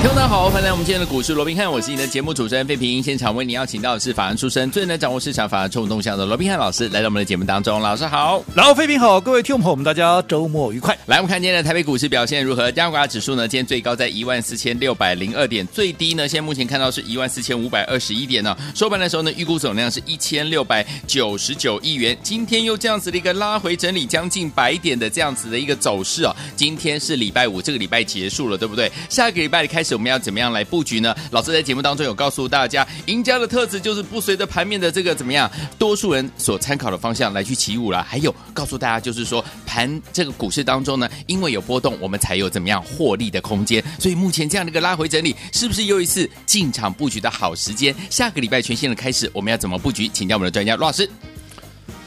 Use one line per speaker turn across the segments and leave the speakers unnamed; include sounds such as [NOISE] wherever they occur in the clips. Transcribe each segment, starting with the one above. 听众大家好，欢迎来我们今天的股市罗宾汉，我是你的节目主持人费平。现场为你邀请到的是法案出身、最能掌握市场法案冲动向的罗宾汉老师，来到我们的节目当中。老师好，
然后，飞平好，各位听众朋友们，大家周末愉快。
来我们看今天的台北股市表现如何？加权指数呢，今天最高在14,602点，最低呢，现在目前看到是14,521点呢、收盘的时候呢，预估总量是1,699亿元。今天又这样子的一个拉回整理将近百点的这样子的一个走势哦。今天是礼拜五，这个礼拜结束了，对不对？下个礼拜开始我们要怎么样来布局呢？ [LAUGHS] 老师在节目当中有告诉大家，赢家的特质就是不随着盘面的这个怎么样，多数人所参考的方向来去起舞啦。还有告诉大家，就是说盘这个股市当中呢，因为有波动，我们才有怎么样获利的空间。所以目前这样的一个拉回整理，是不是又一次进场布局的好时间？下个礼拜全新的开始，我们要怎么布局？请教我们的专家罗老师。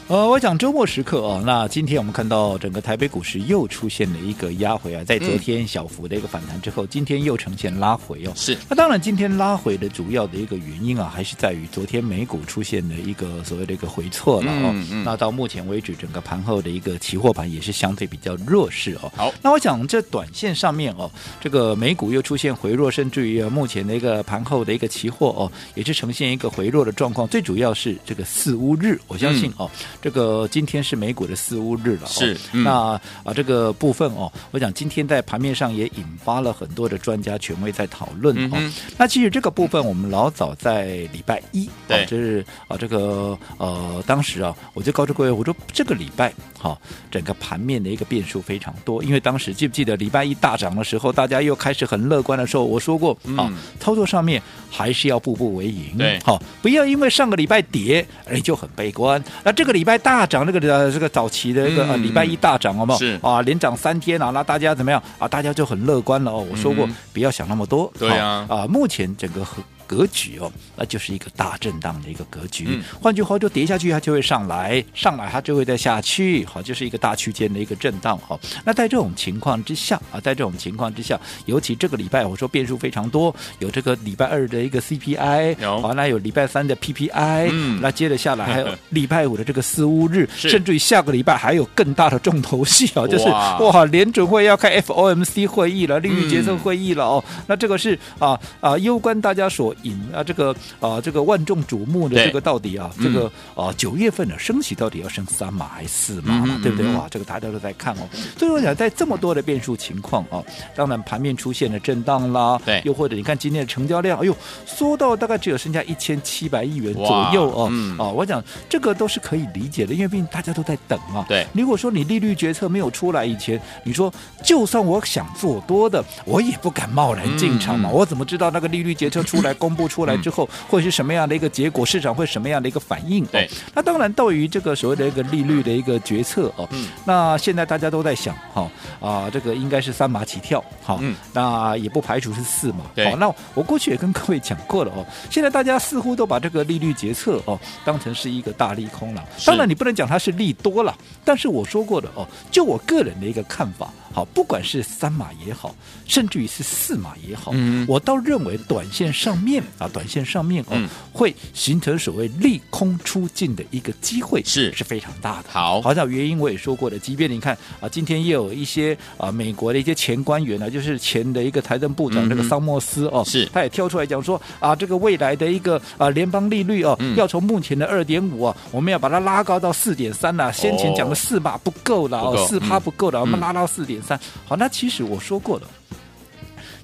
呃，我讲周末时刻哦，那今天我们看到整个台北股市又出现了一个压回啊，在昨天小幅的一个反弹之后，今天又呈现拉回哦。
是
那当然，今天拉回的主要的一个原因啊，还是在于昨天美股出现了一个所谓的一个回撤了哦。
嗯嗯
那到目前为止，整个盘后的一个期货盘也是相对比较弱势哦。
好
那我想这短线上面哦，这个美股又出现回落，甚至于呃目前的一个盘后的一个期货哦，也是呈现一个回落的状况。最主要是这个四乌日，我相信哦，这个今天是美股的四乌日了、哦。
嗯是嗯
那啊啊这个部分哦，我想今天在盘面上也引发了很多的专家权威在讨论哦。
嗯哼
那其实这个部分我们老早在礼拜一，
对
啊就是啊这个呃当时啊我就告诉各位，我说这个礼拜好、整个盘面的一个变数非常多，因为当时记不记得礼拜一大涨的时候，大家又开始很乐观的时候，我说过啊、
嗯
操作上面还是要步步为营，
对
好、不要因为上个礼拜跌而就很悲观，那这个礼拜大涨，这个呃这个早期的一个、呃
嗯
礼拜一大涨哦。有没有
是
啊，连涨三天啊，那大家怎么样啊？大家就很乐观了哦。我说过，
嗯
不要想那么多。
对啊
好啊，目前整个和格局哦，那就是一个大震荡的一个格局。
嗯
换句话说，跌下去它就会上来，上来它就会再下去，好，就是一个大区间的一个震荡哈、那在这种情况之下啊，在这种情况之下，尤其这个礼拜我说变数非常多，有这个礼拜二的一个 CPI，
有
啊，那有礼拜三的 PPI，、
嗯
那接着下来
[LAUGHS]
还有 [LAUGHS] 礼拜五的这个四乌日，
是
甚至于下个礼拜还有更大的重头戏啊，就是
哇
哇，联准会要开 FOMC 会议了，利率决策会
嗯
议了哦。那这个是啊啊，攸关大家所引啊这个啊这个万众瞩目的
对
这个到底啊
嗯
这个啊九月份的升息到底要升三码还是四码
嗯
嘛
哼，
对不对
嗯？哼
哇，这个大家都在看哦。所以我想，在这么多的变数情况啊，当然盘面出现了震荡啦，
对
又或者你看今天的成交量，哎呦，缩到大概只有剩下一千七百亿元左右
哇
哦
嗯。
啊，我讲这个都是可以理解的，因为毕竟大家都在等啊。
对
如果说你利率决策没有出来以前，你说就算我想做多的，我也不敢贸然进场嘛。
嗯嗯嗯
我怎么知道那个利率决
[LAUGHS]
策出来公布出来之后会是什么样的一个结果？市场会什么样的一个反应？
对
哦那当然，对于这个所谓的一个利率的一个决策哦，
嗯
那现在大家都在想哈啊、这个应该是三码起跳，好、
嗯
那也不排除是四码。
对
好，那我过去也跟各位讲过了哦，现在大家似乎都把这个利率决策哦当成是一个大利空了。
是
当然，你不能讲它是利多了，但是我说过的哦，就我个人的一个看法，好，不管是三码也好，甚至于是四码也好，
嗯
我倒认为短线上面啊，短线上面哦、
嗯
会形成所谓利空出尽的一个机会
是
是非常大的。
好
好像原因我也说过的，即便你看啊，今天也有一些啊美国的一些前官员呢、啊就是前的一个财政部
嗯
长
哼
这个桑莫斯哦，
是
他也跳出来讲说啊，这个未来的一个啊联邦利率哦，
嗯
要从目前的二点五啊，我们要把它拉高到四点三啦。啊先前讲的四码不够了
哦不
哦
够，
四趴
嗯
不够了，我们
嗯
拉到四点三。好，那其实我说过了。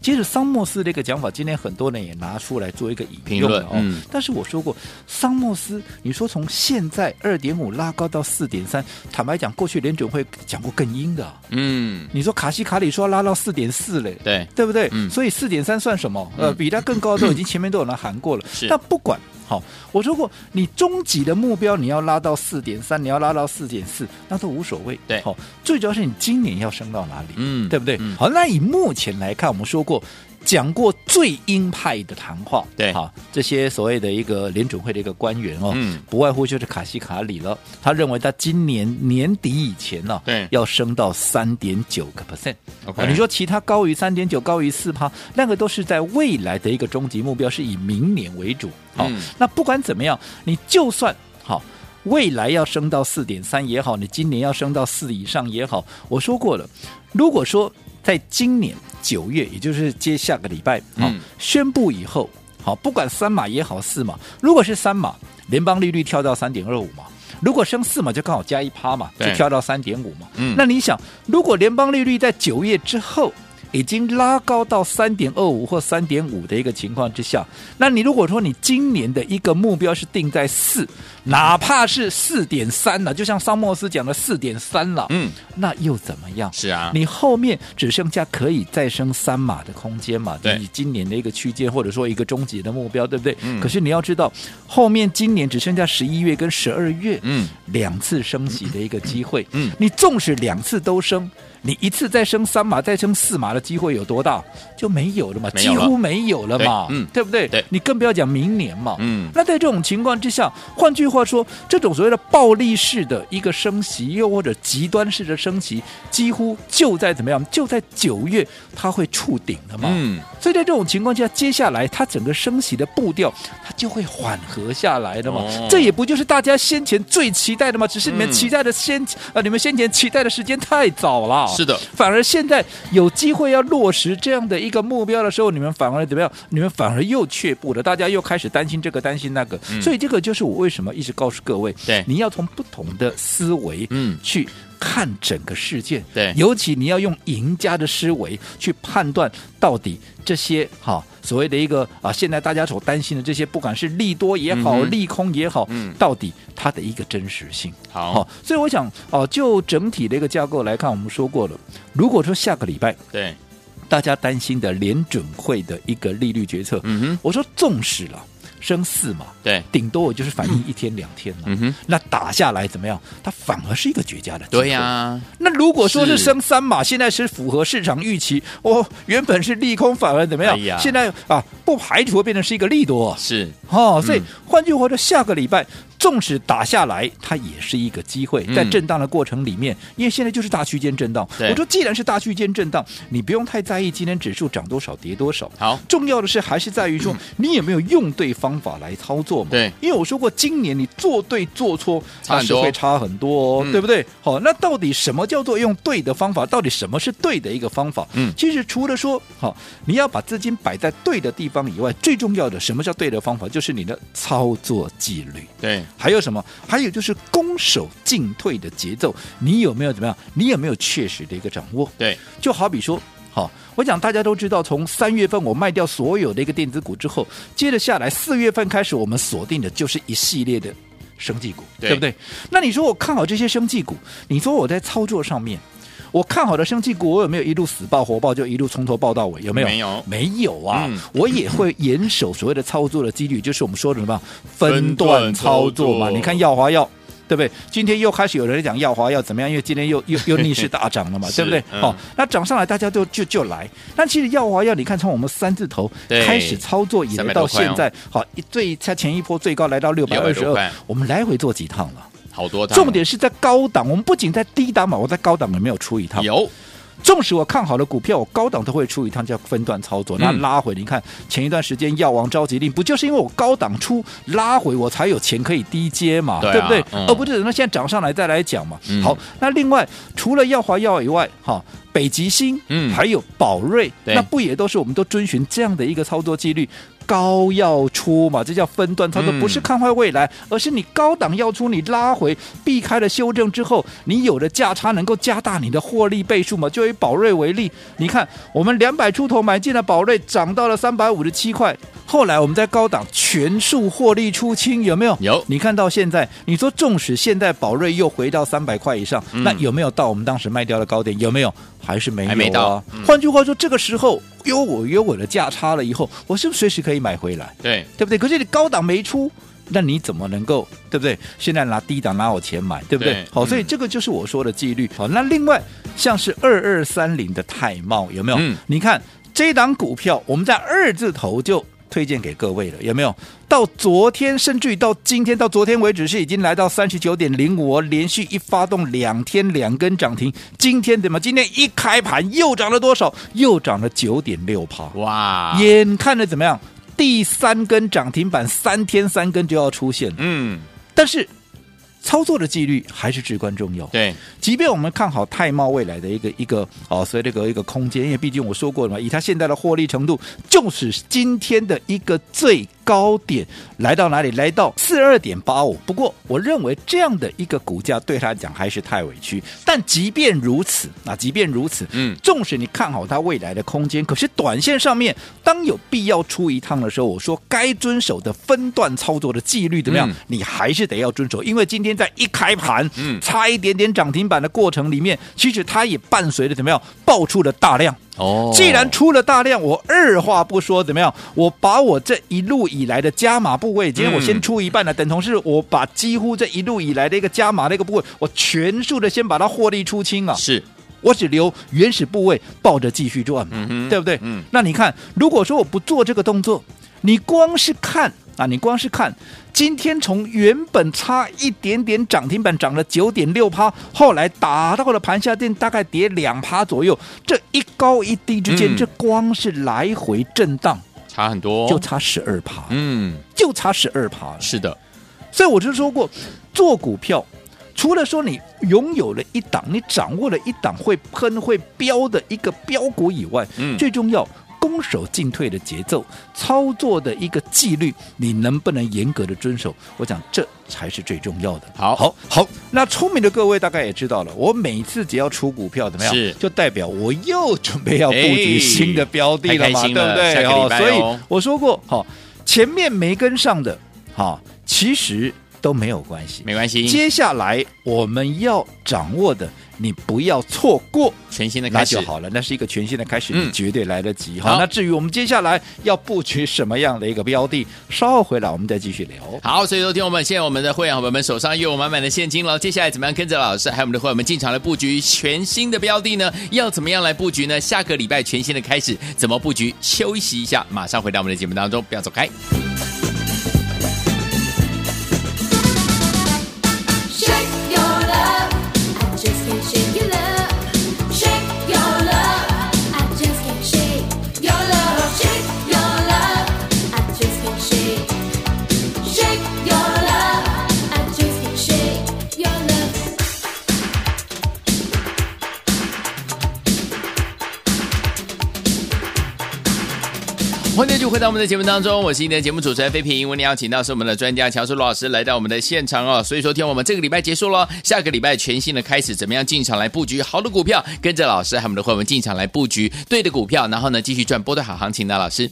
其实桑莫斯这个讲法，今天很多人也拿出来做一个
评
引用
论
了哦。
嗯
但是我说过，桑莫斯，你说从现在二点五拉高到四点三，坦白讲，过去联准会讲过更阴的啊、
嗯，
你说卡西卡里说拉到四点四嘞，
对，
对不对？
嗯
所以四点三算什么？呃，
嗯
比它更高
[COUGHS]
的都已经前面都有人喊过了
是。
但不管，好，我说过，你终极的目标你要拉到四点三，你要拉到四点四，那都无所谓。
对
好，最主要是你今年要升到哪里，
嗯
对不对？
嗯
好，那以目前来看，我们说过。讲过最鹰派的谈话，
对
好，这些所谓的一个联准会的一个官员哦，
嗯
不外乎就是卡西卡里了。他认为他今年年底以前呢、
对
要升到三点九个 percent。
OK
啊你说其他高于三点九、高于四趴，那个都是在未来的一个终极目标，是以明年为主。好、
嗯
那不管怎么样，你就算好。未来要升到四点三也好，你今年要升到四以上也好，我说过了，如果说在今年九月，也就是接下个礼拜，好、
嗯
宣布以后，好，不管三码也好，四码，如果是三码，联邦利率跳到三点二五嘛，如果升四码就刚好加一趴嘛，就
对
跳到三点五嘛。
嗯
那你想，如果联邦利率在九月之后已经拉高到三点二五或三点五的一个情况之下，那你如果说你今年的一个目标是定在四，哪怕是四点三了，就像桑莫斯讲的四点三了，
嗯，
那又怎么样？
是啊，
你后面只剩下可以再升三码的空间嘛？
对
你今年的一个区间或者说一个终极的目标，对不对？
嗯
可是你要知道，后面今年只剩下十一月跟十二月，
嗯，
两次升息的一个机会，
嗯
你纵使两次都升，你一次再升三码、再升四码的机会有多大？就没有了嘛，
没有
几
了
乎没有了嘛，
对嗯
对不对？
对
你更不要讲明年嘛，
嗯
那在这种情况之下，换句话说，这种所谓的暴力式的一个升息，又或者极端式的升息，几乎就在怎么样？就在九月，它会触顶的嘛。
嗯，
所以在这种情况下，接下来它整个升息的步调，它就会缓和下来的嘛。
哦
这也不就是大家先前最期待的嘛？只是你们
嗯
期待的先、呃，你们先前期待的时间太早了。
是的，
反而现在有机会要落实这样的一个目标的时候，你们反而怎么样？你们反而又却步了，大家又开始担心这个担心那个。
嗯
所以这个就是我为什么一直告诉各位，
对
你要从不同的思维，
嗯
去。看整个事件，
对
尤其你要用赢家的思维去判断到底这些哈、所谓的一个啊，现在大家所担心的这些，不管是利多也好，
嗯哼
利空也好，
嗯
到底它的一个真实性。
好，
所以我想哦、就整体的一个架构来看，我们说过了，如果说下个礼拜
对，
大家担心的联准会的一个利率决策，
嗯哼，
我说纵使了升四嘛，
对，
顶多我就是反应一天两天了。
嗯哼，
那打下来怎么样？它反而是一个绝佳的机会。
对呀、
那如果说是
是
升三码，现在是符合市场预期，哦，原本是利空，反而怎么样？
哎呀
现在啊，不排除会变成是一个利多
是，
哦。所以
嗯
换句话说，下个礼拜纵使打下来，它也是一个机会，
嗯
在震荡的过程里面，因为现在就是大区间震荡。
对
我说，既然是大区间震荡，你不用太在意今天指数涨多少、跌多少。
好，
重要的是还是在
[CLEARS THROAT]
于说你有没有用对方法来操作嘛？
对
因为我说过，今年你做对做错，
差
那
很
是
多
会差很多、哦，
嗯
对不对？好，那到底什么叫做用对的方法？到底什么是对的一个方法？
嗯
其实除了说好，你要把资金摆在对的地方以外，最重要的什么叫对的方法？就是你的操作纪律。
对，
还有什么？还有就是攻守进退的节奏，你有没有怎么样？你有没有确实的一个掌握？
对，
就好比说，好、我讲大家都知道，从三月份我卖掉所有的一个电子股之后，接着下来四月份开始，我们锁定的就是一系列的生技股，
对
不对？那你说我看好这些生技股，你说我在操作上面。我看好的生技股，我有没有一路死抱活抱，就一路从头抱到尾？有没有？
没有
没有啊！
[LAUGHS] 嗯
我也会严守所谓的操作的纪律，就是我们说的什么
分
分
段
段
操
操
作
作嘛。你看耀华耀，对不对？今天又开始有人讲耀华耀怎么样？因为今天又
[LAUGHS]
又又逆势大涨了嘛，
是
对不对？
嗯
哦，那涨上来大家都就就来。那其实耀华耀，你看从我们三字头
对
开始操作以
300多
来到
块哦
现在，好、一最它前一波最高来到六百二
620
十
块
二，我们来回做几趟了？
好多趟，
重点是在高档，我们不仅在低档买，我在高档有没有出一趟？
有，
纵使我看好的股票，我高档都会出一趟叫分段操作。那
嗯
拉回，你看前一段时间药王召集令，不就是因为我高档出拉回，我才有钱可以低接嘛，
对啊
对不对？
嗯
而不是等到现在涨上来再来讲嘛。
嗯
好，那另外除了耀华药以外，哈。北极星，
嗯
还有宝瑞，
对
那不也都是我们都遵循这样的一个操作纪律，高要出嘛，这叫分段操作，
嗯
不是看坏未来，而是你高档要出，你拉回，避开了修正之后，你有了价差能够加大你的获利倍数嘛？就以宝瑞为例，你看我们两百出头买进了宝瑞，涨到了三百五十七块，后来我们在高档全数获利出清，有没有？
有
你看到现在，你说纵使现在宝瑞又回到三百块以上，
嗯
那有没有到我们当时卖掉的高点？有没有？还是没有、啊？
还没到嗯
换句话说，这个时候有我有我的价差了以后，我是不是随时可以买回来？
对，
对不对？可是你高档没出，那你怎么能够对不对？现在拿低档拿我钱买，对不对？
对
好，所以
嗯
这个就是我说的纪律。好，那另外像是二二三零的泰茂有没有？
嗯
你看。这档股票我们在二字头就推荐给各位了，有没有？到昨天，甚至于到今天，到昨天为止是已经来到三十九点零五，连续一发动两天两根涨停。今天怎么？今天一开盘又涨了多少？又涨了九点六趴。
哇，
眼看着怎么样？第三根涨停板，三天三根就要出现了，
嗯，
但是操作的纪律还是至关重要。
对，
即便我们看好泰茂未来的一个一个哦，所以这个一个空间，因为毕竟我说过了嘛，以它现在的获利程度，就是今天的一个最高点来到哪里？来到四二点八五。不过我认为这样的一个股价对它来讲还是太委屈。但即便如此啊，即便如此，
嗯
纵使你看好它未来的空间，可是短线上面当有必要出一趟的时候，我说该遵守的分段操作的纪律怎么样？
嗯
你还是得要遵守，因为今天在一开盘，
嗯
差一点点涨停板的过程里面，其实它也伴随着怎么样爆出了大量。
哦
既然出了大量，我二话不说，怎么样？我把我这一路以来的加码部位，
嗯
今天我先出一半了，等同是我把几乎这一路以来的一个加码的一个部位，我全数的先把它获利出清啊。
是
我只留原始部位，抱着继续赚嘛，
嗯哼
对不对？
嗯
那你看，如果说我不做这个动作，你光是看啊，你光是看，今天从原本差一点点涨停板涨了九点六趴，后来打到了盘下店，大概跌两趴左右，这一高一低之间，
嗯
这光是来回震荡
差很多，
就差十二趴，
嗯，
就差十二趴了。
是的，
所以我就说过，做股票除了说你拥有了一档，你掌握了一档会喷会飙的一个标股以外，
嗯
最重要。攻守进退的节奏，操作的一个纪律，你能不能严格的遵守？我想这才是最重要的。
好
好，好。那聪明的各位大概也知道了，我每次只要出股票，怎么样？
是
就代表我又准备要布
哎
局新的标的了
太开
嘛，
心了
对不
下
对？
个礼拜
所以
哦
我说过，好、前面没跟上的，好、其实都没有关系。
没关系，
接下来我们要掌握的，你不要错过，
全新的
那
开始
就，好了。那是一个全新的开始，
嗯
你绝对来得及哦
好
哈。那至于我们接下来要布局什么样的一个标的，稍后回来我们再继续聊。
好，所以说，听我们现在我们的会员伙伴们手上又有满满的现金了，接下来怎么样跟着老师还有我们的会员们进场来布局全新的标的呢？要怎么样来布局呢？下个礼拜全新的开始，怎么布局？休息一下，马上回到我们的节目当中，不要走开。
Shake your love. I just can't shake your love. Shake your love. I just can't shake your love. Shake your love. I just can't shake. Shake your love. I just can't shake your love.
欢迎继续回到我们的节目当中，我是今天的节目主持人飞平。为您邀请到是我们的哦专家乔舒罗老师来到我们的现场哦。所以说，听我们这个礼拜结束了，下个礼拜全新的开始，怎么样进场来布局好的股票？跟着老师和我们的会员们进场来布局对的股票，然后呢继续赚波段好行情的老师。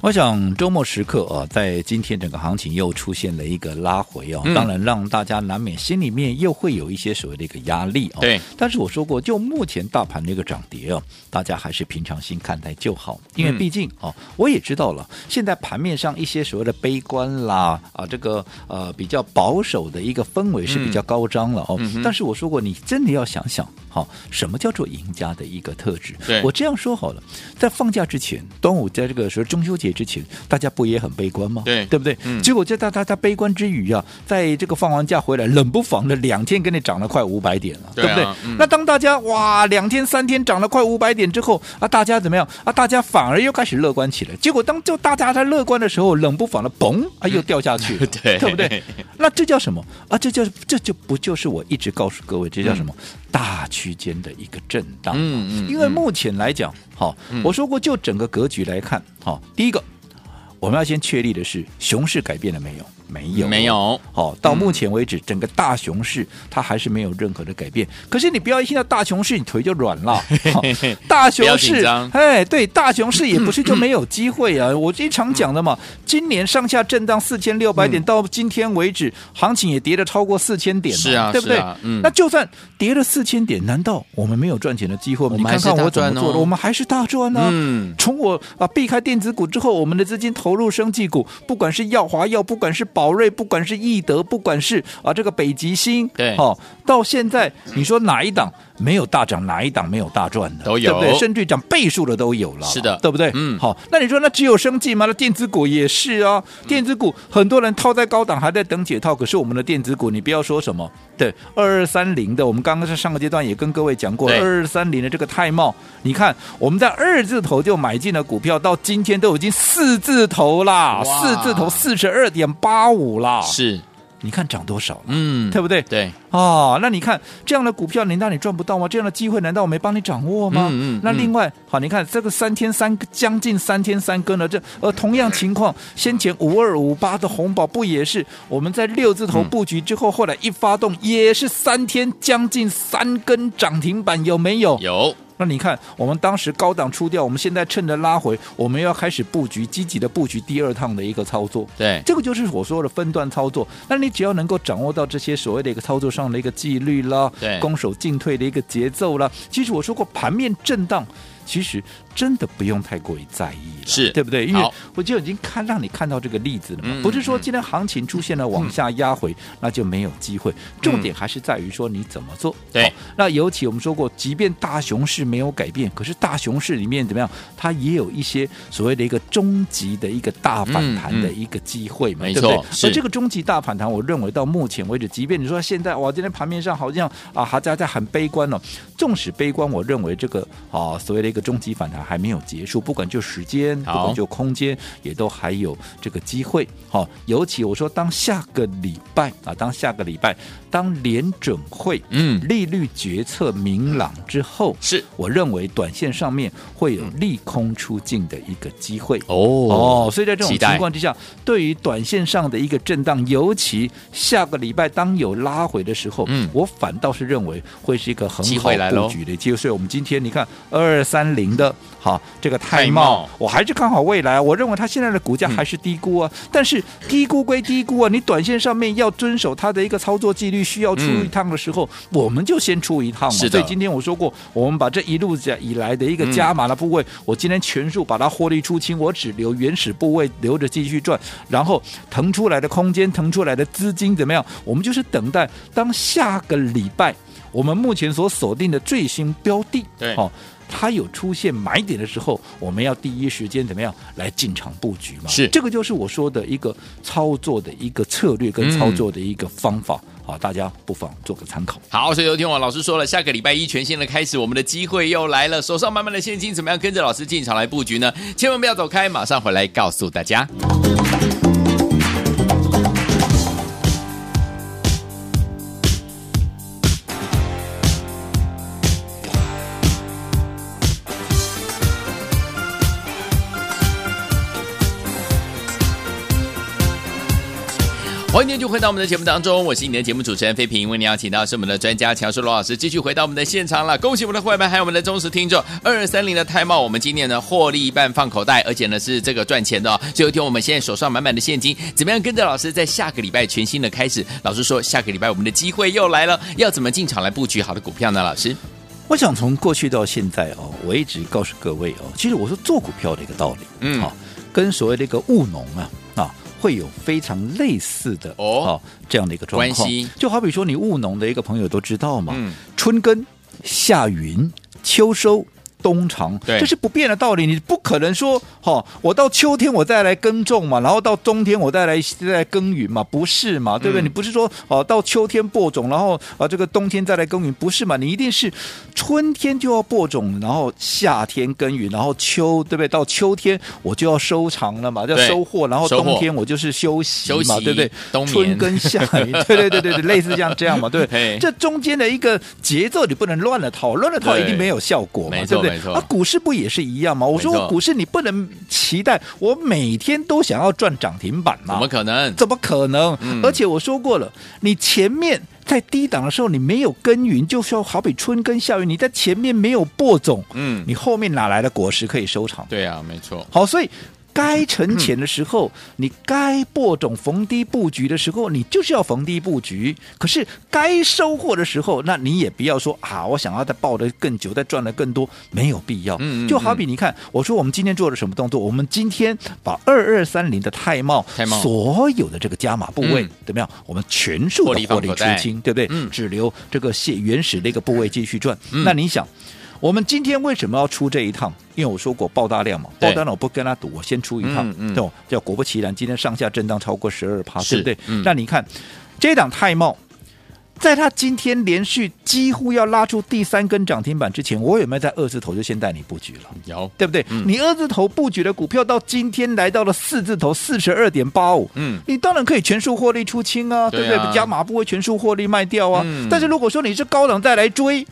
我想周末时刻啊，在今天整个行情又出现了一个拉回哦，
嗯
当然让大家难免心里面又会有一些所谓的一个压力哦。
对，
但是我说过，就目前大盘的一个涨跌哦，大家还是平常心看待就好，因为
嗯
毕竟哦，我也知道了，现在盘面上一些所谓的悲观啦啊，这个呃比较保守的一个氛围
嗯
是比较高涨了哦。但是我说过，你真的要想想，好、什么叫做赢家的一个特质？
对
我这样说好了，在放假之前，端午在这个时候中秋节之前，大家不也很悲观吗？
对
对不对？
嗯
结果在大大家悲观之余啊，在这个放完假回来，冷不防的两天跟你涨了快五百点了，
对啊
不对？
嗯
那当大家哇两天三天涨了快五百点之后啊，大家怎么样啊？大家反而又开始乐观起来。结果当就大家在乐观的时候，冷不防的嘣啊又掉下去了，
[LAUGHS] 对
对不对？那这叫什么啊？这叫这就不就是我一直告诉各位，这叫什么？大区间的一个震荡。
嗯嗯嗯嗯
因为目前来讲，好、我说过，就整个格局来看，好、第一个我们要先确立的是熊市改变了没有？没有，
没有。
好，
嗯
到目前为止，整个大熊市它还是没有任何的改变。可是你不要一听到大熊市，你腿就
[LAUGHS]
软了。好大熊
不要紧
市
张，
哎，对，大熊市也不是就没有机
[LAUGHS]
会啊。我经常讲的嘛，今年上下震荡四千六百
嗯
点，到今天为止，行情也跌了超过四千点嘛，
是啊
对不对？
是啊嗯
那就算跌了四千点，难道我们没有赚钱的机会吗？
我
你
们还
看
是
看
大
我怎么
赚哦
做的，我们还是大赚呢、
嗯
啊从我啊避开电子股之后，我们的资金投入生技股，不管是耀华药，不管是宝宝瑞，不管是易德，不管是啊这个北极星，
对
哦，到现在你说哪一档没有大涨，哪一档没有大赚的，
都有
对不对？甚至于涨倍数的都有了，
是的
对不对？
嗯
好，那你说那只有生计吗？那电子股也是啊，电子股很多人套在高档，还在等解套，可是我们的电子股，你不要说什么，对，二二三零的，我们刚刚在上个阶段也跟各位讲过，
对
二二三零的这个泰茂，你看我们在二字头就买进了股票，到今天都已经四字头啦，
哇
四字头四十二点八五啦，
是，
你看涨多少了？
嗯，
对不对？
对，
哦，那你看这样的股票，难道你赚不到吗？这样的机会，难道我没帮你掌握吗？
嗯嗯
那
嗯
另外，好，你看这个三天三将近三天三更了，这呃同样情况，先前五二五八的红宝不也是我们在六字头布局之后，后来一发动也是三天将近三根涨停板，有没有？
有，
那你看，我们当时高档出掉，我们现在趁着拉回，我们要开始布局，积极的布局第二趟的一个操作。
对，
这个就是我说的分段操作。那你只要能够掌握到这些所谓的一个操作上的一个纪律啦，
对
攻守进退的一个节奏啦，其实我说过，盘面震荡。其实真的不用太过于在意了，
是
对不对？因为
好
我就已经看让你看到这个例子了嘛，
嗯
不是说
嗯
今天行情出现了往下压回，那就没有机会。重点还是在于说你怎么做。
对
好那尤其我们说过，即便大熊市没有改变，可是大熊市里面怎么样，它也有一些所谓的一个终极的一个大反
嗯
弹的
嗯
一个机会嘛。
没
对不对
错是
而这个终极大反弹，我认为到目前为止，即便你说现在哇，今天盘面上好像啊，大家在很悲观哦。纵使悲观，我认为这个啊所谓的一个终极反弹还没有结束，不管就时间，不
好
管就空间，也都还有这个机会。好、尤其我说当下个礼拜啊，当下个礼拜，当联准会
嗯
利率决策明朗之后，
是
我认为短线上面会有利空出尽的一个机会。
哦
哦，所以在这种
期待
情况之下，对于短线上的一个震荡，尤其下个礼拜当有拉回的时候，
嗯
我反倒是认为会是一个很
机
好
会来咯
布局的机会。所以，我们今天你看二二三零的，好这个泰
泰
茂
茂，嗯
我还是看好未来啊。我认为它现在的股价还是低估啊，但是低估归低估啊，你短线上面要遵守它的一个操作纪律，需要出
嗯
一趟的时候，我们就先出一趟嘛。
是的
所以今天我说过，我们把这一路以来的一个加码的部位，我今天全数把它获利出清，我只留原始部位留着继续赚，然后腾出来的空间、腾出来的资金怎么样？我们就是等待当下个礼拜我们目前所锁定的最新标的，
对
哦。它有出现买点的时候，我们要第一时间怎么样来进场布局嘛？
是
这个就是我说的一个操作的一个策略跟
嗯
操作的一个方法，好，大家不妨做个参考。
好，所以有听我老师说了，下个礼拜一全新的开始，我们的机会又来了，手上满满的现金，怎么样跟着老师进场来布局呢？千万不要走开，马上回来告诉大家。欢迎继续回到我们的节目当中，我是你的节目主持人飞平，为你邀请到是我们的专家强叔罗老师，继续回到我们的现场了。恭喜我们的伙伴们，还有我们的忠实听众二二三零的泰茂，我们今年呢获利一半放口袋，而且呢是这个赚钱的、哦。所以有一天我们现在手上满满的现金，怎么样跟着老师在下个礼拜全新的开始？老师说下个礼拜我们的机会又来了，要怎么进场来布局好的股票呢？老师，
我想从过去到现在哦，我一直告诉各位哦，其实我说做股票的一个道理，
嗯
好、跟所谓的一个务农啊啊，会有非常类似的
哦
好这样的一个状
关
况
系。
就好比说，你务农的一个朋友都知道嘛，
嗯
春耕、夏耘、秋收。冬藏，
对
这是不变的道理。你不可能说，哈、我到秋天我再来耕种嘛，然后到冬天我再来再来耕耘嘛，不是嘛？对不对？
嗯
你不是说哦，到秋天播种，然后啊这个冬天再来耕耘，不是嘛？你一定是春天就要播种，然后夏天耕耘，然后秋对不对？到秋天我就要收藏了嘛，要
对
收获，然后
收获
冬天我就是休息
休
嘛，
息
对不对？
冬眠
春
[LAUGHS]
耕夏耘，对对对对对，类似像这样嘛，对不
嘿
对？这中间的一个节奏你不能乱了套，乱了套
对
一定没有效果嘛
没，
对
错
不对
没错？
啊，股市不也是一样嘛？我
没错
说股市你不能期待我每天都想要赚涨停板
怎
嘛
么，可能？
怎么可能？
嗯
而且我说过了，你前面在低档的时候你没有耕耘，就说好比春耕夏耘，你在前面没有播种，
嗯
你后面哪来的果实可以收藏？
对啊，没错，
好，所以该沉潜的时候，你该播种逢低布局的时候，你就是要逢低布局。可是该收获的时候，那你也不要说啊，我想要再抱得更久，再赚得更多，没有必要。
嗯嗯
就好比你看，我说我们今天做了什么动作？我们今天把二二三零的泰茂，
泰茂
所有的这个加码部位、
嗯
怎么样？我们全数
获
的
利
获
放
利
口
出
袋
清，对不对？
嗯
只留这个现原始的一个部位继续赚。那你想，我们今天为什么要出这一趟？因为我说过爆大量嘛，
对
爆大量我不跟他赌，我先出一趟
嗯，嗯
对、吧？叫果不其然，今天上下震荡超过十二趴，
是
对不对？
嗯
那你看这档泰茂。在它今天连续几乎要拉出第三根涨停板之前，我有没有在二字头就先带你布局了？
有
对不对？
嗯
你二字头布局的股票到今天来到了四字头四十二点八五，
嗯
你当然可以全数获利出清啊，对
对啊
不对？加码不会全数获利卖掉啊。
嗯
但是如果说你是高档再来追，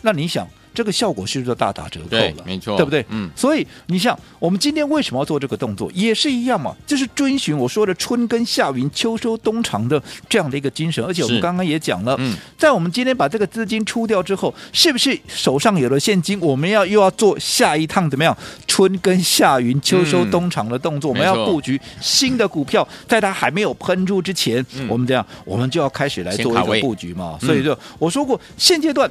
那你想这个效果是不是就大打折扣
对
了？
没错
对不对？
嗯
所以你想，我们今天为什么要做这个动作，也是一样嘛，就是遵循我说的春耕夏耘、秋收冬藏的这样的一个精神。而且我们
是
刚刚也讲了，
嗯
在我们今天把这个资金出掉之后，是不是手上有了现金，我们要又要做下一趟怎么样春耕夏耘、秋收
嗯
冬藏的动作？我们
没
要
错
布局新的股票，在它还没有喷出之前，
嗯
我们这样，我们就要开始来
先
做
卡
一个
位
布局嘛。
嗯
所以就我说过，现阶段。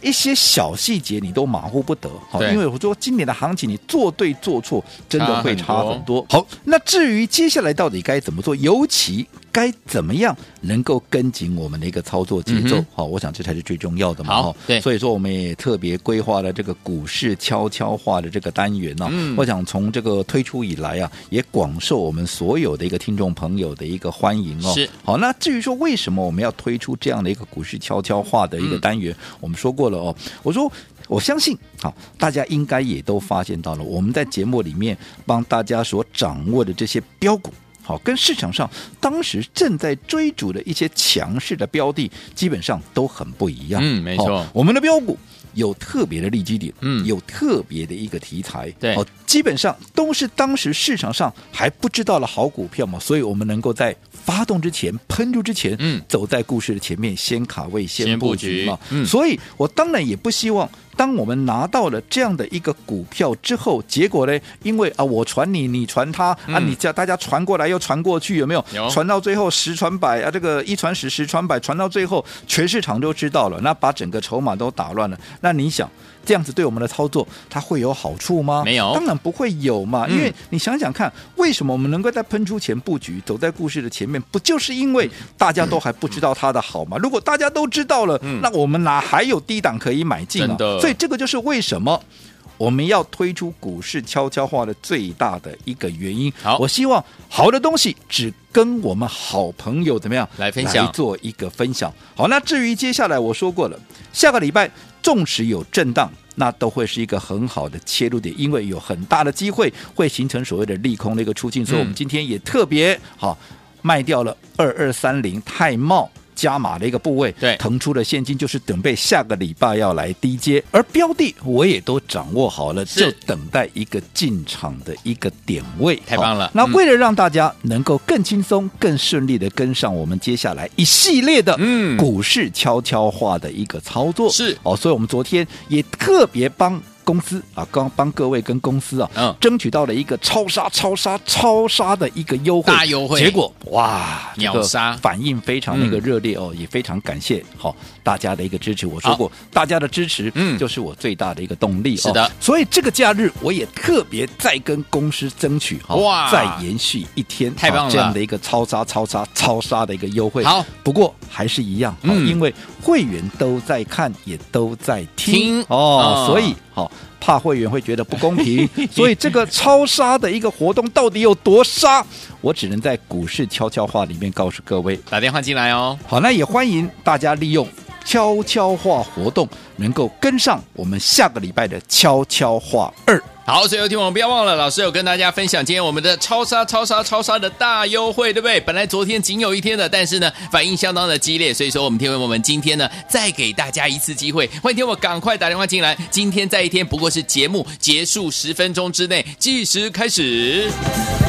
一些小细节你都马虎不得，好，
对
因为我说今年的行情你做对做错真的会
差
差
很多
很多。好，那至于接下来到底该怎么做，尤其该怎么样能够跟紧我们的一个操作节奏，
嗯哼
好，我想这才是最重要的嘛。
好
哦
对
所以说我们也特别规划了这个股市悄悄话的这个单元呢、啊
嗯
我想从这个推出以来啊，也广受我们所有的一个听众朋友的一个欢迎哦。
是
好，那至于说为什么我们要推出这样的一个股市悄悄话的
嗯
一个单元，我们说过了哦。我说，我相信，好，大家应该也都发现到了，我们在节目里面帮大家所掌握的这些标股。好，跟市场上当时正在追逐的一些强势的标的，基本上都很不一样。
嗯没错
好我们的标股有特别的利基点，
嗯
有特别的一个题材，
对
好基本上都是当时市场上还不知道的好股票嘛，所以我们能够在发动之前、喷出之前，
嗯
走在故事的前面，先卡位、
先
先
布
布局
局
嘛。
嗯
所以我当然也不希望，当我们拿到了这样的一个股票之后，结果呢，因为啊，我传你，你传他，啊，
嗯
你叫大家传过来又传过去，有没有？
有
传到最后十传百啊，这个一传十，十传百，传到最后全市场都知道了，那把整个筹码都打乱了。那你想这样子对我们的操作，它会有好处吗？
没有
当然不会有嘛，
嗯
因为你想想看，为什么我们能够在喷出前布局，走在故事的前面，不就是
嗯
因为大家都还不知道它的好吗？如果大家都知道了，
嗯
那我们哪还有低档可以买进啊
真？的
所以这个就是为什么。我们要推出股市悄悄话的最大的一个原因。
好
我希望好的东西只跟我们好朋友怎么样
来分享
来做一个分享。好，那至于接下来我说过了，下个礼拜纵使有震荡。那都会是一个很好的切入点，因为有很大的机会会形成所谓的利空的一个出境，
嗯
所以我们今天也特别好卖掉了二二三零泰茂加码的一个部位，
对
腾出了现金，就是准备下个礼拜要来低接，而标的我也都掌握好了，
是
就等待一个进场的一个点位。
太棒了
好那
嗯
为了让大家能够更轻松、更顺利的跟上我们接下来一系列的
嗯
股市悄悄话的一个操作，
是
哦，所以我们昨天也特别帮。公司啊，刚帮各位跟公司啊，
嗯
争取到了一个超杀、超杀、超杀的一个优惠
大优惠
结果哇，这个
秒杀嗯
反应非常的一个热烈哦，也非常感谢好、大家的一个支持。我说过，大家的支持，
嗯
就是我最大的一个动力哦。
是的
所以这个假日我也特别再跟公司争取哈、
哇
再延续一天，
太棒了
好这样的一个超杀、超杀、超杀的一个优惠。
好，
不过还是一样，好
嗯
因为会员都在看，也都在听
听嗯，
哦所以好。怕会员会觉得不公平， [LAUGHS] 所以这个超杀的一个活动到底有多杀，我只能在股市悄悄话里面告诉各位。
打电话进来哦，
好，那也欢迎大家利用悄悄话活动，能够跟上我们下个礼拜的悄悄话二。
好，所以有听我不要忘了，老师有跟大家分享今天我们的超杀、超杀、超杀的大优惠，对不对？本来昨天仅有一天的，但是呢，反应相当的激烈，所以说我们天文我们今天呢，再给大家一次机会，欢迎天我赶快打电话进来，今天再一天，不过是节目结束十分钟之内计时开始。
Thank